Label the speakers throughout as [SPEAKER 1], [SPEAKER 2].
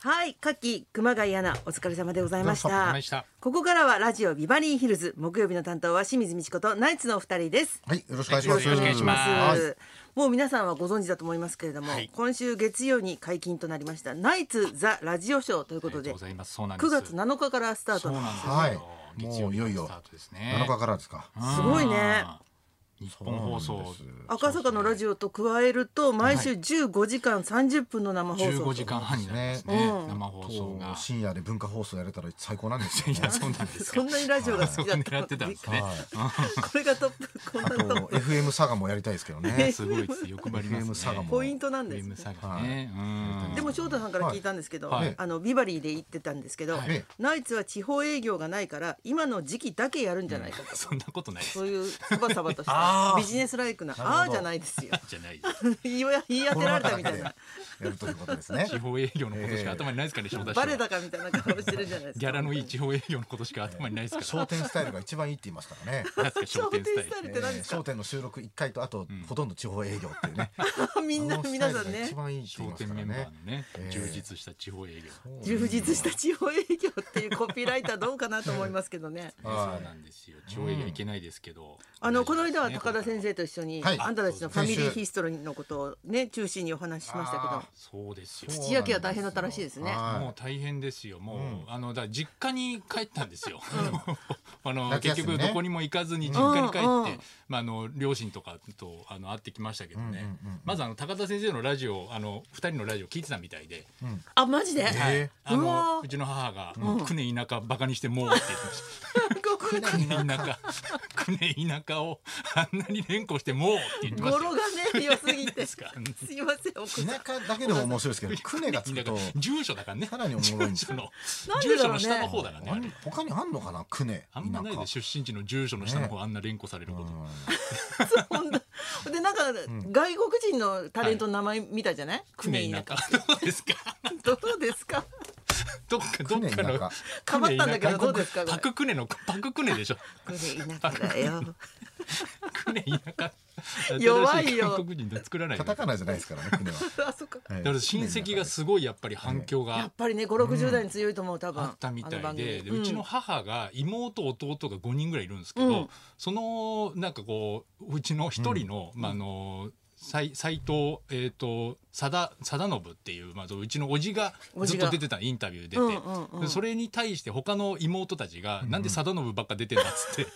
[SPEAKER 1] はい、夏季熊谷アナ、お疲れ様でございまし
[SPEAKER 2] お疲れ
[SPEAKER 1] た
[SPEAKER 2] 様でした。
[SPEAKER 1] ここからはラジオビバリーヒルズ、木曜日の担当は清水美智子とナイツのお二人です。
[SPEAKER 3] はい、よろしくお願いします。
[SPEAKER 2] よろしくお願いしま
[SPEAKER 3] はい。
[SPEAKER 1] もう皆さんはご存知だと思いますけれども、
[SPEAKER 2] はい
[SPEAKER 1] 今週月曜に解禁となりましたナイツザラジオショーということ
[SPEAKER 2] ありが
[SPEAKER 1] で
[SPEAKER 2] とうご、ざいます。そうなんです。
[SPEAKER 1] 9月7日からスタート
[SPEAKER 2] そう
[SPEAKER 1] なんですよ
[SPEAKER 2] なんですよ。
[SPEAKER 3] はい
[SPEAKER 2] 月曜
[SPEAKER 3] もうい
[SPEAKER 2] 日
[SPEAKER 3] よい
[SPEAKER 2] の
[SPEAKER 3] よ
[SPEAKER 2] スタートですね。
[SPEAKER 3] 7日からですか。
[SPEAKER 1] すごいね
[SPEAKER 2] うん。日本放送。
[SPEAKER 1] 赤坂のラジオと加えると毎週15時間30分の生放送
[SPEAKER 2] 十五時間半になりますね。
[SPEAKER 1] うん
[SPEAKER 2] 生放送が。
[SPEAKER 3] 深夜で文化放送やれたら最高なんですよ、
[SPEAKER 2] いや、そうなんです
[SPEAKER 1] そ
[SPEAKER 2] よ。
[SPEAKER 1] んなにラジオが好きだったの
[SPEAKER 2] そう狙ってたん ですね。
[SPEAKER 1] これがトップこん
[SPEAKER 3] あ
[SPEAKER 1] な
[SPEAKER 3] と
[SPEAKER 1] の
[SPEAKER 3] FM 佐賀もやりたいですけど ね。
[SPEAKER 2] すごいです。欲張りま
[SPEAKER 3] FM
[SPEAKER 2] す
[SPEAKER 3] 佐賀
[SPEAKER 2] ね。
[SPEAKER 3] も
[SPEAKER 1] ポイントなんです
[SPEAKER 2] FM
[SPEAKER 1] ね
[SPEAKER 2] 佐賀ね。うん
[SPEAKER 1] でも翔太さんから聞いたんですけど、
[SPEAKER 2] はい
[SPEAKER 1] あのビバリーで言ってたんですけど、
[SPEAKER 2] はい
[SPEAKER 1] ナイツは地方営業がないから今の時期だけやるんじゃないかと、
[SPEAKER 2] そんなことないです
[SPEAKER 1] そういうサバサバ とし
[SPEAKER 3] あ
[SPEAKER 1] た
[SPEAKER 3] ー
[SPEAKER 1] ビジネスライクな
[SPEAKER 3] るほど
[SPEAKER 1] ああーじゃないですよ
[SPEAKER 2] じゃないです。
[SPEAKER 1] 言い言い当
[SPEAKER 3] コ
[SPEAKER 1] て
[SPEAKER 3] ロ
[SPEAKER 1] ら
[SPEAKER 3] ナ
[SPEAKER 1] れた
[SPEAKER 3] 禍
[SPEAKER 1] み
[SPEAKER 3] だ
[SPEAKER 1] たい
[SPEAKER 3] けで
[SPEAKER 1] な
[SPEAKER 3] やるということですね。
[SPEAKER 2] 地方営業のことしか頭にないですかね、翔太氏は
[SPEAKER 1] バレたかみたいな顔してるじゃないですか
[SPEAKER 2] ギャラのいい地方営業のことしか頭にないですから。
[SPEAKER 3] 商店スタイルが一番いいって言いますからね。
[SPEAKER 2] なんですか
[SPEAKER 1] 商
[SPEAKER 2] 商
[SPEAKER 1] 店
[SPEAKER 2] 店
[SPEAKER 1] ス
[SPEAKER 2] ス
[SPEAKER 1] タ
[SPEAKER 2] タ
[SPEAKER 1] イ
[SPEAKER 2] イ
[SPEAKER 1] ルっ
[SPEAKER 2] ルってて。
[SPEAKER 1] 何ですか
[SPEAKER 3] 商、店の収録1回とあとほとんど地方営業っていうね。
[SPEAKER 1] みんな
[SPEAKER 3] あのスタ
[SPEAKER 1] 皆
[SPEAKER 3] イ
[SPEAKER 1] さ
[SPEAKER 3] ル
[SPEAKER 1] ん
[SPEAKER 3] が
[SPEAKER 1] ね
[SPEAKER 3] 一番いいって言い
[SPEAKER 2] 商
[SPEAKER 3] ます
[SPEAKER 2] 店
[SPEAKER 3] か
[SPEAKER 2] メ
[SPEAKER 3] ら
[SPEAKER 2] ンバーの
[SPEAKER 3] ね。
[SPEAKER 2] ね
[SPEAKER 3] え、え
[SPEAKER 2] 充実した地方営業。
[SPEAKER 1] 充実した地方営業っていうコピーライターどうかなと思いますけどね
[SPEAKER 3] はい
[SPEAKER 2] そうなんですよ。地方営業いけないですけど。
[SPEAKER 1] あのこの
[SPEAKER 2] 大事です
[SPEAKER 1] 間は
[SPEAKER 2] ね
[SPEAKER 1] 高田先。生と一緒に、
[SPEAKER 3] はい
[SPEAKER 1] あんたたちのファミリーヒストリーのことをね中心にお話ししましたけど
[SPEAKER 3] あ
[SPEAKER 2] そうですよ。
[SPEAKER 3] そう
[SPEAKER 1] 土焼けは大変だったらしいですね
[SPEAKER 3] はい
[SPEAKER 2] もう大変ですよ。もう、
[SPEAKER 3] うん
[SPEAKER 2] あのだから実家に帰ったんですよ。あの、
[SPEAKER 3] 夏
[SPEAKER 2] 結
[SPEAKER 3] 休みね
[SPEAKER 2] 局どこにも行かずに実家に帰って、
[SPEAKER 1] うんうん
[SPEAKER 2] まああの両親とかとあの会ってきましたけどね。
[SPEAKER 3] うんうんうん
[SPEAKER 2] まずあの高田先生のラジオあの二人のラジオ聞いてたみたいで、
[SPEAKER 1] あマジで、
[SPEAKER 3] え
[SPEAKER 2] あ
[SPEAKER 1] う
[SPEAKER 2] の
[SPEAKER 1] わ
[SPEAKER 2] うちの母が九年田舎バカにしてもうって言ってました。
[SPEAKER 1] ごめん
[SPEAKER 2] 九年田舎、九年田舎をあんなに連呼してもうって言ってま
[SPEAKER 1] 語
[SPEAKER 2] した
[SPEAKER 1] 呂
[SPEAKER 2] よ。
[SPEAKER 1] がね良すぎて
[SPEAKER 2] ですすか。
[SPEAKER 1] いませんお子
[SPEAKER 3] ー
[SPEAKER 1] さん
[SPEAKER 3] 田舎だけでも面白いですけど、クネがつくと
[SPEAKER 2] 住所だからね。
[SPEAKER 3] さらにおもろいんで
[SPEAKER 2] 住
[SPEAKER 3] す
[SPEAKER 2] 所
[SPEAKER 3] よ。
[SPEAKER 2] の
[SPEAKER 1] なんで
[SPEAKER 2] 住
[SPEAKER 1] だろうね
[SPEAKER 2] 所の下の方だからね。あ
[SPEAKER 3] あ
[SPEAKER 2] れ
[SPEAKER 3] ん他にあんのかな、クネ。
[SPEAKER 2] あんまない
[SPEAKER 3] 田
[SPEAKER 2] で
[SPEAKER 3] 舎
[SPEAKER 2] 出身地の住所の下の方あんな連呼されること。
[SPEAKER 1] ほんとでなんか、外国人のタレントの名前見たじゃない
[SPEAKER 2] 久米田舎。どうですか。
[SPEAKER 1] どうですか
[SPEAKER 2] どっかど
[SPEAKER 3] 久
[SPEAKER 2] っか
[SPEAKER 3] 米
[SPEAKER 2] の
[SPEAKER 3] 田。
[SPEAKER 1] かばったんだけどどうですかこれ
[SPEAKER 2] パククネのパククネでしょ。
[SPEAKER 1] クネ田舎だよ
[SPEAKER 2] クネ田舎。
[SPEAKER 1] 弱いよ
[SPEAKER 2] 新し韓国人で作らない
[SPEAKER 3] カ
[SPEAKER 2] よ。
[SPEAKER 3] タ
[SPEAKER 2] だか
[SPEAKER 3] カナじゃないですからね、ク ネは。
[SPEAKER 1] あそっか
[SPEAKER 3] だ
[SPEAKER 2] ら親戚がすごいやっぱり反響
[SPEAKER 1] やっ
[SPEAKER 2] が。
[SPEAKER 1] ぱりね5 6 0代に強いと思う多分、
[SPEAKER 2] あったみた
[SPEAKER 1] あの番
[SPEAKER 2] い
[SPEAKER 1] 組
[SPEAKER 2] ででうちの母が妹弟が5人ぐらいいるんですけど、
[SPEAKER 1] うん
[SPEAKER 2] そのなんかこううちの一人の、まああの斎斎藤、えー、と貞貞信っていう、まあ、うちのおじが
[SPEAKER 1] お
[SPEAKER 2] ず
[SPEAKER 1] じ
[SPEAKER 2] っ
[SPEAKER 1] が
[SPEAKER 2] と出てたインタビュー出て、
[SPEAKER 1] うんうんうん
[SPEAKER 2] でそれに対して他の妹たちが「なんで貞信ばっか出てんだ」っ つって、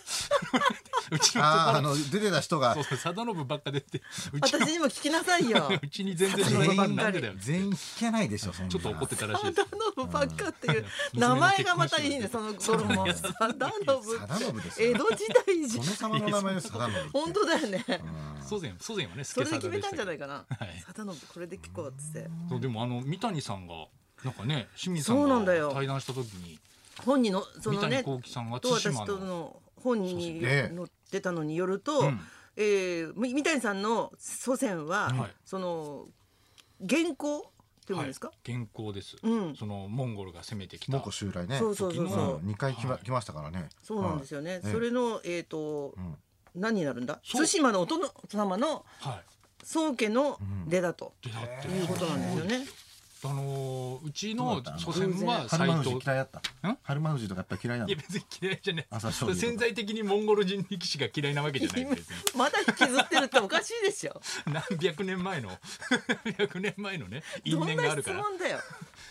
[SPEAKER 2] うちのと
[SPEAKER 3] ああ、あ
[SPEAKER 2] ころ
[SPEAKER 3] の、出てた人が
[SPEAKER 2] そうそう貞信ばっか出てうちの
[SPEAKER 1] 私にも聞きなさい よ
[SPEAKER 2] うちに全然
[SPEAKER 3] 全
[SPEAKER 2] 貞
[SPEAKER 3] 員
[SPEAKER 2] 信ばっかなんでだよ
[SPEAKER 3] 全員引けないでしょ、そんな。
[SPEAKER 2] ちょっと怒ってたらしい
[SPEAKER 1] サ
[SPEAKER 2] です
[SPEAKER 1] ダ。ノブばっかっていう名前がまたいいねその頃も
[SPEAKER 3] そう
[SPEAKER 1] サダノブ
[SPEAKER 3] サダノブ
[SPEAKER 1] っ
[SPEAKER 3] です
[SPEAKER 1] て江
[SPEAKER 3] よ
[SPEAKER 1] 戸時代じゃ
[SPEAKER 3] 殿様の名前です、貞信。
[SPEAKER 1] 本当だよね
[SPEAKER 2] 祖先祖先はね
[SPEAKER 1] そ
[SPEAKER 2] 助
[SPEAKER 1] れで決
[SPEAKER 2] 貞で
[SPEAKER 1] め
[SPEAKER 2] した
[SPEAKER 1] たん
[SPEAKER 2] け
[SPEAKER 1] じゃ
[SPEAKER 2] ど
[SPEAKER 1] ないかな
[SPEAKER 2] はい
[SPEAKER 1] サダノブこれで聞こうっつって
[SPEAKER 2] そうでもあの三谷さんがなんかね清水さ
[SPEAKER 1] そうんなん
[SPEAKER 2] が
[SPEAKER 1] だよ
[SPEAKER 2] 対談した時に
[SPEAKER 1] 本にのそ
[SPEAKER 2] 三
[SPEAKER 1] のね
[SPEAKER 2] 谷幸喜さんが
[SPEAKER 1] と
[SPEAKER 2] 対
[SPEAKER 1] 私
[SPEAKER 2] 馬
[SPEAKER 1] と
[SPEAKER 2] の
[SPEAKER 1] の本に
[SPEAKER 3] ね
[SPEAKER 1] 載ってたのによると、
[SPEAKER 2] うん
[SPEAKER 1] えーみ三谷さんの祖先は、
[SPEAKER 2] はい
[SPEAKER 1] その原稿っていうんですか、
[SPEAKER 2] はい原稿です
[SPEAKER 1] うん
[SPEAKER 2] そのモンゴルが攻めてき
[SPEAKER 3] 蒙
[SPEAKER 2] た
[SPEAKER 3] 古襲来ね。
[SPEAKER 1] そうそうそうそう、
[SPEAKER 3] ん二回来ま
[SPEAKER 2] はい
[SPEAKER 3] 来ましたからね。
[SPEAKER 1] そうなんです
[SPEAKER 3] よ。
[SPEAKER 1] よね、
[SPEAKER 3] ええ
[SPEAKER 1] それのえっ、と、
[SPEAKER 3] ん
[SPEAKER 1] 何になるんだ
[SPEAKER 2] そう
[SPEAKER 1] 対馬のお殿様の
[SPEAKER 2] は
[SPEAKER 1] 宗家の出だと、
[SPEAKER 2] いでだって
[SPEAKER 1] いうことなんですよね、
[SPEAKER 2] あのーうちの
[SPEAKER 3] どうだった
[SPEAKER 2] 祖先は
[SPEAKER 3] 春
[SPEAKER 2] 斎
[SPEAKER 3] 馬富士
[SPEAKER 2] 藤
[SPEAKER 3] 嫌いだった
[SPEAKER 2] ん。
[SPEAKER 3] 春馬富士とかやっぱ嫌いない
[SPEAKER 2] や別に嫌いじゃない
[SPEAKER 3] 朝青龍とか
[SPEAKER 2] 潜在的にモンゴル人力士が嫌いなわけじゃないん ですね
[SPEAKER 1] まだ引きずってるっておかしいでしょ
[SPEAKER 2] 何百年前の 百年前のね 因
[SPEAKER 1] どん
[SPEAKER 2] 縁が
[SPEAKER 1] な
[SPEAKER 2] ある
[SPEAKER 1] 質
[SPEAKER 2] から
[SPEAKER 1] 問だよ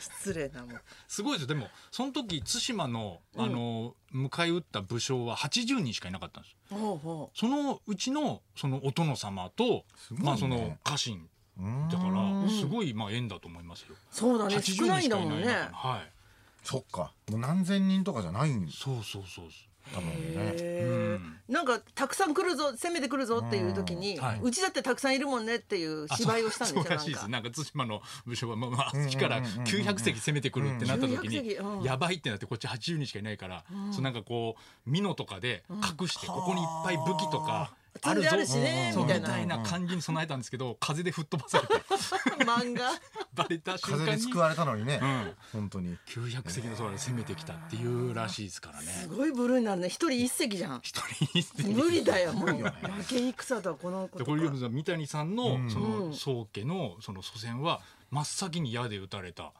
[SPEAKER 1] 失礼なもん
[SPEAKER 2] すごいですよでもその時対馬のあのー迎え撃った武将は80人しかいなかったんです
[SPEAKER 1] ほうほ
[SPEAKER 2] そのうちのそのお殿様と、
[SPEAKER 3] すごいね
[SPEAKER 2] まあその家臣
[SPEAKER 3] うーん
[SPEAKER 2] だからすごいまあ縁だと思いますよ。
[SPEAKER 1] うそうだね
[SPEAKER 2] 80
[SPEAKER 1] 少ないんだもん
[SPEAKER 2] 人
[SPEAKER 1] ね
[SPEAKER 2] しかいからはい。
[SPEAKER 3] そっか。もう何千人とかじゃないんだ
[SPEAKER 2] そうそうそうそ
[SPEAKER 3] もんね。
[SPEAKER 1] へーなんかたくさん来るぞ攻めてくるぞっていう時に、う
[SPEAKER 2] うんはいう
[SPEAKER 1] ちだってたくさんいるもんねっていう
[SPEAKER 2] う。
[SPEAKER 1] 芝居をしたんですよ
[SPEAKER 2] そうそう
[SPEAKER 1] な
[SPEAKER 2] らしい
[SPEAKER 1] ん
[SPEAKER 2] です。
[SPEAKER 1] か
[SPEAKER 2] なんか対馬の武将がまあまあ
[SPEAKER 3] んうんうん
[SPEAKER 2] 月から900隻攻めてくるってなった時
[SPEAKER 1] うん900
[SPEAKER 2] に
[SPEAKER 1] 隻うん
[SPEAKER 2] やばいってなってこっち80人しかいないから、そうなんかこう美濃とかで隠してここにいっぱい武器とかあ
[SPEAKER 1] 積ん
[SPEAKER 2] る
[SPEAKER 1] で
[SPEAKER 2] ぞ
[SPEAKER 1] あるしね
[SPEAKER 2] そう
[SPEAKER 1] み
[SPEAKER 2] み
[SPEAKER 1] たい
[SPEAKER 2] た
[SPEAKER 1] ない
[SPEAKER 2] な感じに備えたんですけど風で吹っ飛ばされて
[SPEAKER 1] 漫画
[SPEAKER 2] バレた瞬
[SPEAKER 3] 風
[SPEAKER 2] 間
[SPEAKER 3] で
[SPEAKER 2] に
[SPEAKER 3] 救われたのにね
[SPEAKER 2] ん。
[SPEAKER 3] 本当に。
[SPEAKER 2] 900隻の空で攻めてきたっていうらしいですからね。
[SPEAKER 1] すごいブルーになるね一人一席じゃん
[SPEAKER 2] 一人一席
[SPEAKER 1] 無理だよもう
[SPEAKER 3] すごいよ
[SPEAKER 1] 負
[SPEAKER 3] ね
[SPEAKER 1] け戦とはこのこと
[SPEAKER 2] でこ
[SPEAKER 1] か
[SPEAKER 2] れ読むと三谷さんの
[SPEAKER 3] うん
[SPEAKER 2] そうの
[SPEAKER 1] ん
[SPEAKER 2] 宗家のその祖先は真っ先に矢で撃たれた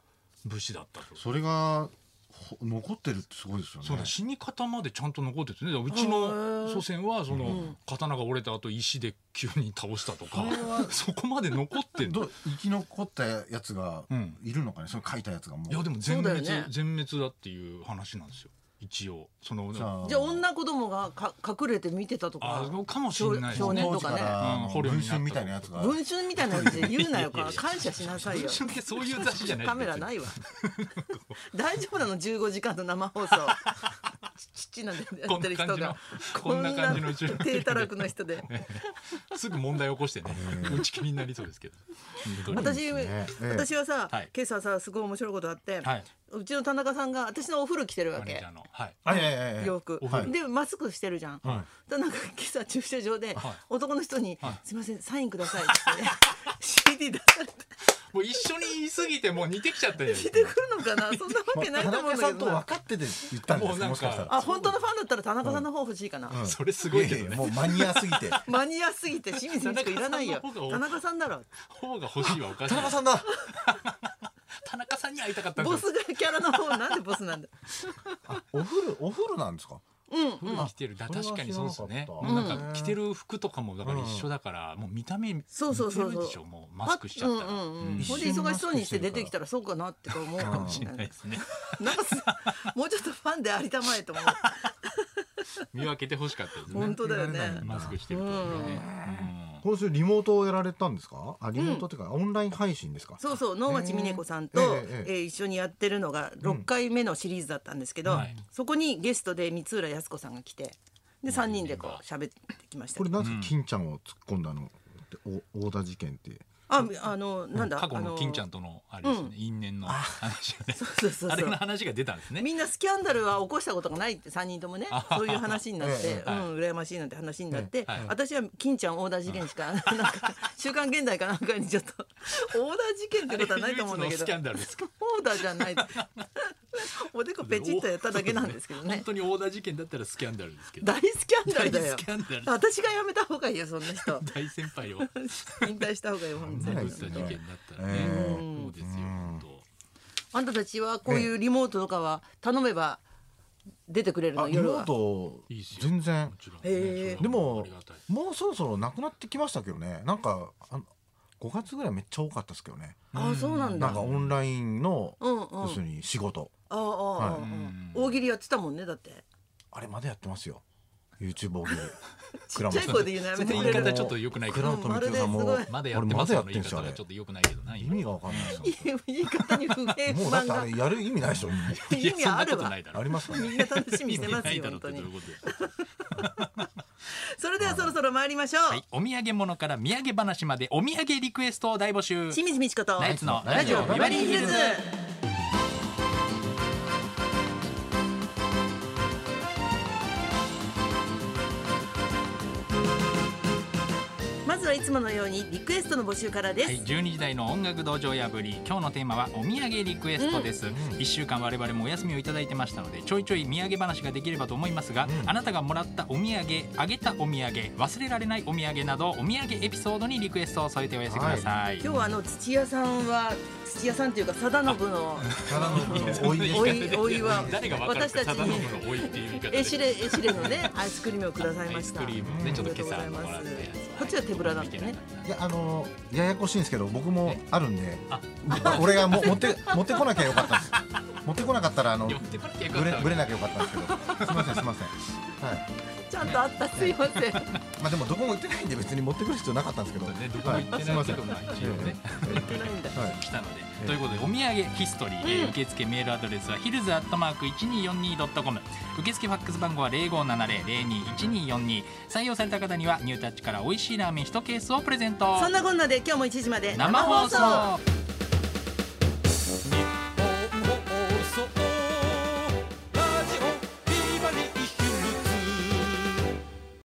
[SPEAKER 2] 武士だったと。
[SPEAKER 3] それがほ残ってるってすごいですよね
[SPEAKER 2] そうだ死に方までちゃんと残っててねだからうちの祖先はその、刀が折れた後石で急に倒したとか
[SPEAKER 3] それは
[SPEAKER 2] そこまで残ってんの
[SPEAKER 3] ど生き残ったやつが
[SPEAKER 2] うん
[SPEAKER 3] いるのかね、それ書いたやつがもう
[SPEAKER 2] いやでも全滅、
[SPEAKER 1] そうだよね
[SPEAKER 2] 全滅だっていう話なんですよ一応その
[SPEAKER 3] じゃあ
[SPEAKER 1] じゃあ女子供がか隠れて見てたと
[SPEAKER 2] あ
[SPEAKER 1] か
[SPEAKER 2] そうかもしれないです
[SPEAKER 1] 少
[SPEAKER 2] ね
[SPEAKER 1] 年とかね
[SPEAKER 3] 当時ら
[SPEAKER 2] うん
[SPEAKER 3] あの
[SPEAKER 2] 捕虜
[SPEAKER 3] 文
[SPEAKER 2] になった
[SPEAKER 3] 春みたいなやつが
[SPEAKER 1] 文春みたいなやつで言うなよ
[SPEAKER 2] いやいや
[SPEAKER 1] か
[SPEAKER 2] いや
[SPEAKER 1] 感謝しなさいよ
[SPEAKER 2] 文春ってそういう雑誌じゃない
[SPEAKER 1] カメラ ないわ大丈夫なの15時間の生放送父なんでやってる人が
[SPEAKER 2] こんな感じのこんな感じの
[SPEAKER 1] 低たらくの人で
[SPEAKER 2] すぐ問題起こしてね打ち切りになりそうですけど本当に
[SPEAKER 1] 私、
[SPEAKER 3] ねええ
[SPEAKER 1] 私はさ、
[SPEAKER 2] はい
[SPEAKER 1] 今朝さすごい面白いことあって、
[SPEAKER 2] はいう
[SPEAKER 1] ちの田中さんが私のお風呂着てるわ
[SPEAKER 2] マネー
[SPEAKER 1] け
[SPEAKER 2] ジャーのはい
[SPEAKER 3] あいやいやいや
[SPEAKER 1] 洋服、
[SPEAKER 2] お風呂
[SPEAKER 1] でマスクしてるじゃん、
[SPEAKER 3] は
[SPEAKER 1] だなんか今朝駐車場で
[SPEAKER 2] はい
[SPEAKER 1] 男の人に
[SPEAKER 2] はい
[SPEAKER 1] 「すいませんサインください」って CD 出されて
[SPEAKER 2] もう一緒に言い過ぎてもう似てきちゃったじゃないです
[SPEAKER 1] 出
[SPEAKER 2] か
[SPEAKER 1] てくるのか なそんなわけ
[SPEAKER 3] ま
[SPEAKER 1] な
[SPEAKER 3] あ
[SPEAKER 1] い
[SPEAKER 3] 田
[SPEAKER 1] と思う
[SPEAKER 3] 中
[SPEAKER 1] んだ
[SPEAKER 3] さ
[SPEAKER 1] け
[SPEAKER 3] ん
[SPEAKER 1] ど
[SPEAKER 3] と
[SPEAKER 1] な
[SPEAKER 3] 分かってて言ったんです
[SPEAKER 2] もうなんか
[SPEAKER 3] もしかしたら
[SPEAKER 1] あ本当のファンだったら田中さんの方欲しいかな、
[SPEAKER 3] うん
[SPEAKER 2] それすごいけ
[SPEAKER 3] いやい
[SPEAKER 2] ど
[SPEAKER 3] や
[SPEAKER 2] ね
[SPEAKER 3] もうマニアすぎ て
[SPEAKER 1] マニアすぎて清水美智子いらないよ
[SPEAKER 2] 田中さんの方が
[SPEAKER 1] 田中さんだろ
[SPEAKER 2] 方が欲しいはおかしい
[SPEAKER 3] 田中さんだ
[SPEAKER 2] 田中さんに会いたかったん
[SPEAKER 1] ボ
[SPEAKER 2] ですよ
[SPEAKER 1] スがキャラの方なんでボスなんだ
[SPEAKER 3] お風呂お風呂なんですか
[SPEAKER 1] うん
[SPEAKER 2] 服着てるだ
[SPEAKER 3] それは
[SPEAKER 2] 確かにそうですね
[SPEAKER 3] 知らな
[SPEAKER 2] もう
[SPEAKER 1] かった
[SPEAKER 2] なんか着てる服とかもだから一緒だから、もう見た目
[SPEAKER 1] そうそうそうそう
[SPEAKER 2] 似てるでしょもうマスクしちゃったら、
[SPEAKER 1] うんうんうん
[SPEAKER 2] 一
[SPEAKER 1] ほ
[SPEAKER 2] 緒
[SPEAKER 1] ん
[SPEAKER 2] か
[SPEAKER 1] で忙しそうにして出てきたらそうかなってか思うかも
[SPEAKER 2] も
[SPEAKER 1] し
[SPEAKER 2] し
[SPEAKER 1] れ
[SPEAKER 2] れ
[SPEAKER 1] な
[SPEAKER 2] ないいですね
[SPEAKER 1] なんかさもうちょっとファンでありたまえと思う
[SPEAKER 2] 見分けてほしかったです
[SPEAKER 1] 本
[SPEAKER 2] ね
[SPEAKER 1] 当だよ
[SPEAKER 3] 見られな
[SPEAKER 1] ね
[SPEAKER 3] い
[SPEAKER 2] マスクしてるとね、うん
[SPEAKER 3] 今週リモートをやられたんですかあリモートっていうか、オンライン配信ですか
[SPEAKER 1] そうそう能町みね子さんと、
[SPEAKER 3] え
[SPEAKER 1] え
[SPEAKER 3] ええ
[SPEAKER 1] ー
[SPEAKER 3] え
[SPEAKER 1] 一緒にやってるのが6回目のシリーズだったんですけど、
[SPEAKER 2] はい
[SPEAKER 1] そこにゲストで三浦靖子さんが来てで3人でこ
[SPEAKER 2] まあ
[SPEAKER 1] う喋ってきました
[SPEAKER 3] これなんですか、金ちゃんを突っ込んだのお大田事件って
[SPEAKER 1] ああのなんだ
[SPEAKER 2] 過去
[SPEAKER 1] あ
[SPEAKER 2] の金ちゃんとのあれですね、因縁の話をね
[SPEAKER 1] そうそうそう
[SPEAKER 2] あれ
[SPEAKER 1] そ
[SPEAKER 2] の
[SPEAKER 1] う
[SPEAKER 2] 話が出たんですね
[SPEAKER 1] みんなスキャンダルは起こしたことがないって3人ともねそういう話になって、
[SPEAKER 3] え
[SPEAKER 1] う
[SPEAKER 2] え
[SPEAKER 1] ん羨ましいなんて話になって、
[SPEAKER 2] はい
[SPEAKER 1] 私は金ちゃん大田事件しか、なんか「週刊現代」かなんかにちょっと大田事件ってことはないと思うんだけど
[SPEAKER 2] あれ唯一のスキャンダルですか
[SPEAKER 1] オーダーじゃないおでこペチッとやっただけなんですけどね
[SPEAKER 2] 本当に大田事件だったらスキャンダルですけど
[SPEAKER 1] 大スキャンダルだよ
[SPEAKER 2] 大スキャンダル
[SPEAKER 1] 私がやめた方がいいよそんな 人
[SPEAKER 2] 大先輩を
[SPEAKER 1] 引退した方がいいよ本当
[SPEAKER 3] ね
[SPEAKER 2] 打
[SPEAKER 1] に
[SPEAKER 2] った事件だったらね、そうですよ本当
[SPEAKER 1] あんたたちはこういうリモートとかは頼めば出てくれるの夜は
[SPEAKER 3] ト
[SPEAKER 2] いいっすよ
[SPEAKER 3] 全然
[SPEAKER 2] もちろん、
[SPEAKER 1] へえ
[SPEAKER 2] そ
[SPEAKER 3] で
[SPEAKER 2] れはあ
[SPEAKER 3] も
[SPEAKER 2] りがたい
[SPEAKER 3] もうそろそろなくなってきましたけどねなんかあの5月ぐらいめっちゃ多かったですけどね
[SPEAKER 1] あそうなんだ
[SPEAKER 3] なんかオンラインの、
[SPEAKER 1] うんうん
[SPEAKER 3] 要するに仕事
[SPEAKER 1] ああああああ
[SPEAKER 2] ん
[SPEAKER 1] 大喜利やってたもんねだって
[SPEAKER 3] あれまだやってますよ YouTube 大喜利
[SPEAKER 1] ちっちゃい声で言うのやめてくれ
[SPEAKER 2] そんな言い方
[SPEAKER 1] る
[SPEAKER 2] ちょっと良くないけ
[SPEAKER 3] ク
[SPEAKER 2] ど
[SPEAKER 3] ラウトみさん
[SPEAKER 1] うん
[SPEAKER 3] も
[SPEAKER 1] まるですごい
[SPEAKER 2] まだやって
[SPEAKER 3] 俺
[SPEAKER 2] ま
[SPEAKER 3] ますだや
[SPEAKER 2] よ
[SPEAKER 3] ってん
[SPEAKER 2] の言い
[SPEAKER 3] ですよ
[SPEAKER 2] 方
[SPEAKER 3] あ
[SPEAKER 2] が
[SPEAKER 3] れ
[SPEAKER 2] ちょっと良くないけどな
[SPEAKER 3] 意
[SPEAKER 2] 今
[SPEAKER 3] 味がわかんないですよ
[SPEAKER 1] 言い方に不平
[SPEAKER 3] も
[SPEAKER 1] 不
[SPEAKER 3] うだ
[SPEAKER 1] 満
[SPEAKER 3] か
[SPEAKER 1] が
[SPEAKER 3] らやる意味ないでしょ
[SPEAKER 2] い
[SPEAKER 1] 意
[SPEAKER 2] や
[SPEAKER 1] 味
[SPEAKER 2] そん
[SPEAKER 1] あ
[SPEAKER 2] な
[SPEAKER 1] る
[SPEAKER 2] こと
[SPEAKER 1] わ
[SPEAKER 2] ないだろ
[SPEAKER 3] ありますかね
[SPEAKER 1] みんな楽しみにしてます
[SPEAKER 2] 意味
[SPEAKER 1] よ
[SPEAKER 2] な
[SPEAKER 1] 本
[SPEAKER 2] いだろう
[SPEAKER 1] 当
[SPEAKER 2] ってど
[SPEAKER 1] に
[SPEAKER 2] ういうことよ
[SPEAKER 1] それではそろそろ参りましょう、
[SPEAKER 2] はいお土産物から土産話までお土産リクエストを大募集
[SPEAKER 1] 清水美智子と
[SPEAKER 2] ナイツの
[SPEAKER 1] ラジオビバリーヒルズ。まずはいつものようにリクエストの募集からです。
[SPEAKER 2] はい、12時台の音楽道場破り今日のテーマはお土産リクエストです、一1週間我々もお休みをいただいてましたのでちょいちょい土産話ができればと思いますが、あなたがもらったお土産あげたお土産忘れられないお土産などお土産エピソードにリクエストを添えてお寄せください、
[SPEAKER 1] 今日はあの土屋さんは土屋さんというか貞信の
[SPEAKER 3] ただ のおい
[SPEAKER 1] おいおいは
[SPEAKER 2] 誰が分かる
[SPEAKER 1] 私た
[SPEAKER 2] か
[SPEAKER 1] ち
[SPEAKER 2] ただのものおいっていう言い方で
[SPEAKER 1] エシレエシレのねアイスクリームをください
[SPEAKER 2] ア
[SPEAKER 1] ま
[SPEAKER 2] イ
[SPEAKER 1] し
[SPEAKER 2] ス
[SPEAKER 1] た。
[SPEAKER 2] クリームをねちょっと今朝もらったやつ
[SPEAKER 1] こっちは手ぶらなんでね
[SPEAKER 3] いやあのややこしいんですけど僕もあるんで
[SPEAKER 2] あ
[SPEAKER 3] 俺がも持って持ってこなきゃよかったんです持ってこなかったらあの
[SPEAKER 2] 寄ってこなきゃよかっ
[SPEAKER 3] ぶれ
[SPEAKER 2] た
[SPEAKER 3] ぶれなきゃよかったんですけどすいませんすいませんはい
[SPEAKER 1] ちゃんとあったすいません。
[SPEAKER 3] まあでもどこも行ってないんで別に持ってくる必要なかったんですけど
[SPEAKER 2] ねどこも行ってないけどまあ一応ね
[SPEAKER 1] 言ってないんだ。
[SPEAKER 3] はい
[SPEAKER 2] 来たので、
[SPEAKER 3] え
[SPEAKER 2] ということでお土産ヒストリー、えー
[SPEAKER 1] うん
[SPEAKER 2] 受付メールアドレスはヒルズアットマーク 1242.com 受付ファックス番号は0570-021242採用された方にはニュータッチから美味しいラーメン1ケースをプレゼント
[SPEAKER 1] そんなこんなで今日も1時まで
[SPEAKER 2] 生放送